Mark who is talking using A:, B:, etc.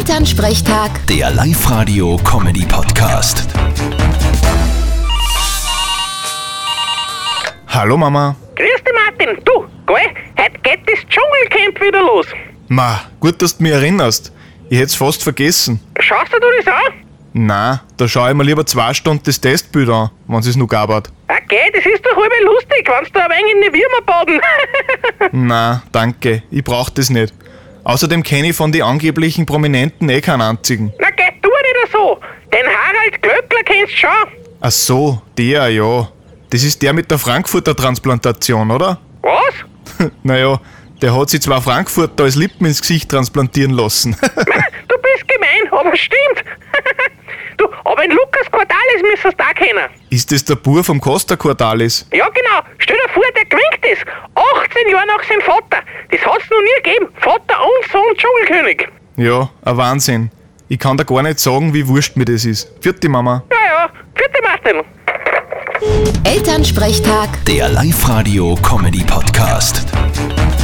A: Elternsprechtag,
B: Der Live-Radio-Comedy-Podcast.
C: Hallo Mama.
D: Grüß dich, Martin. Du, gell, heute geht das Dschungelcamp wieder los.
C: Ma, gut, dass du mich erinnerst. Ich hätt's fast vergessen.
D: Schaust du dir das an?
C: Na, da schaue ich mir lieber zwei Stunden das Testbild an, wenn's es noch gab hat.
D: Okay, das ist doch halb lustig, wenn du ein wenig in die Würmer baden.
C: Na, danke, ich brauch das nicht. Außerdem kenne ich von den angeblichen Prominenten eh keinen einzigen.
D: Na, geh du nicht so. Den Harald Glöckler kennst du schon.
C: Ach so, der ja. Das ist der mit der Frankfurter Transplantation, oder?
D: Was?
C: naja, der hat sich zwar Frankfurter als Lippen ins Gesicht transplantieren lassen.
D: Du bist gemein, aber stimmt. du, aber in Lukas Cordalis müsstest du auch kennen.
C: ist das der Bur vom Costa Cordalis?
D: Ja, genau. Stell dir vor, der gewinkt ist. 18 Jahre nach seinem Vater. Das hat's noch nie gegeben. Vater und Sohn Dschungelkönig.
C: Ja, ein Wahnsinn. Ich kann da gar nicht sagen, wie wurscht mir das ist. Vierte Mama.
D: Ja, ja. Vierte Martin.
A: Elternsprechtag.
B: Der Live-Radio-Comedy-Podcast.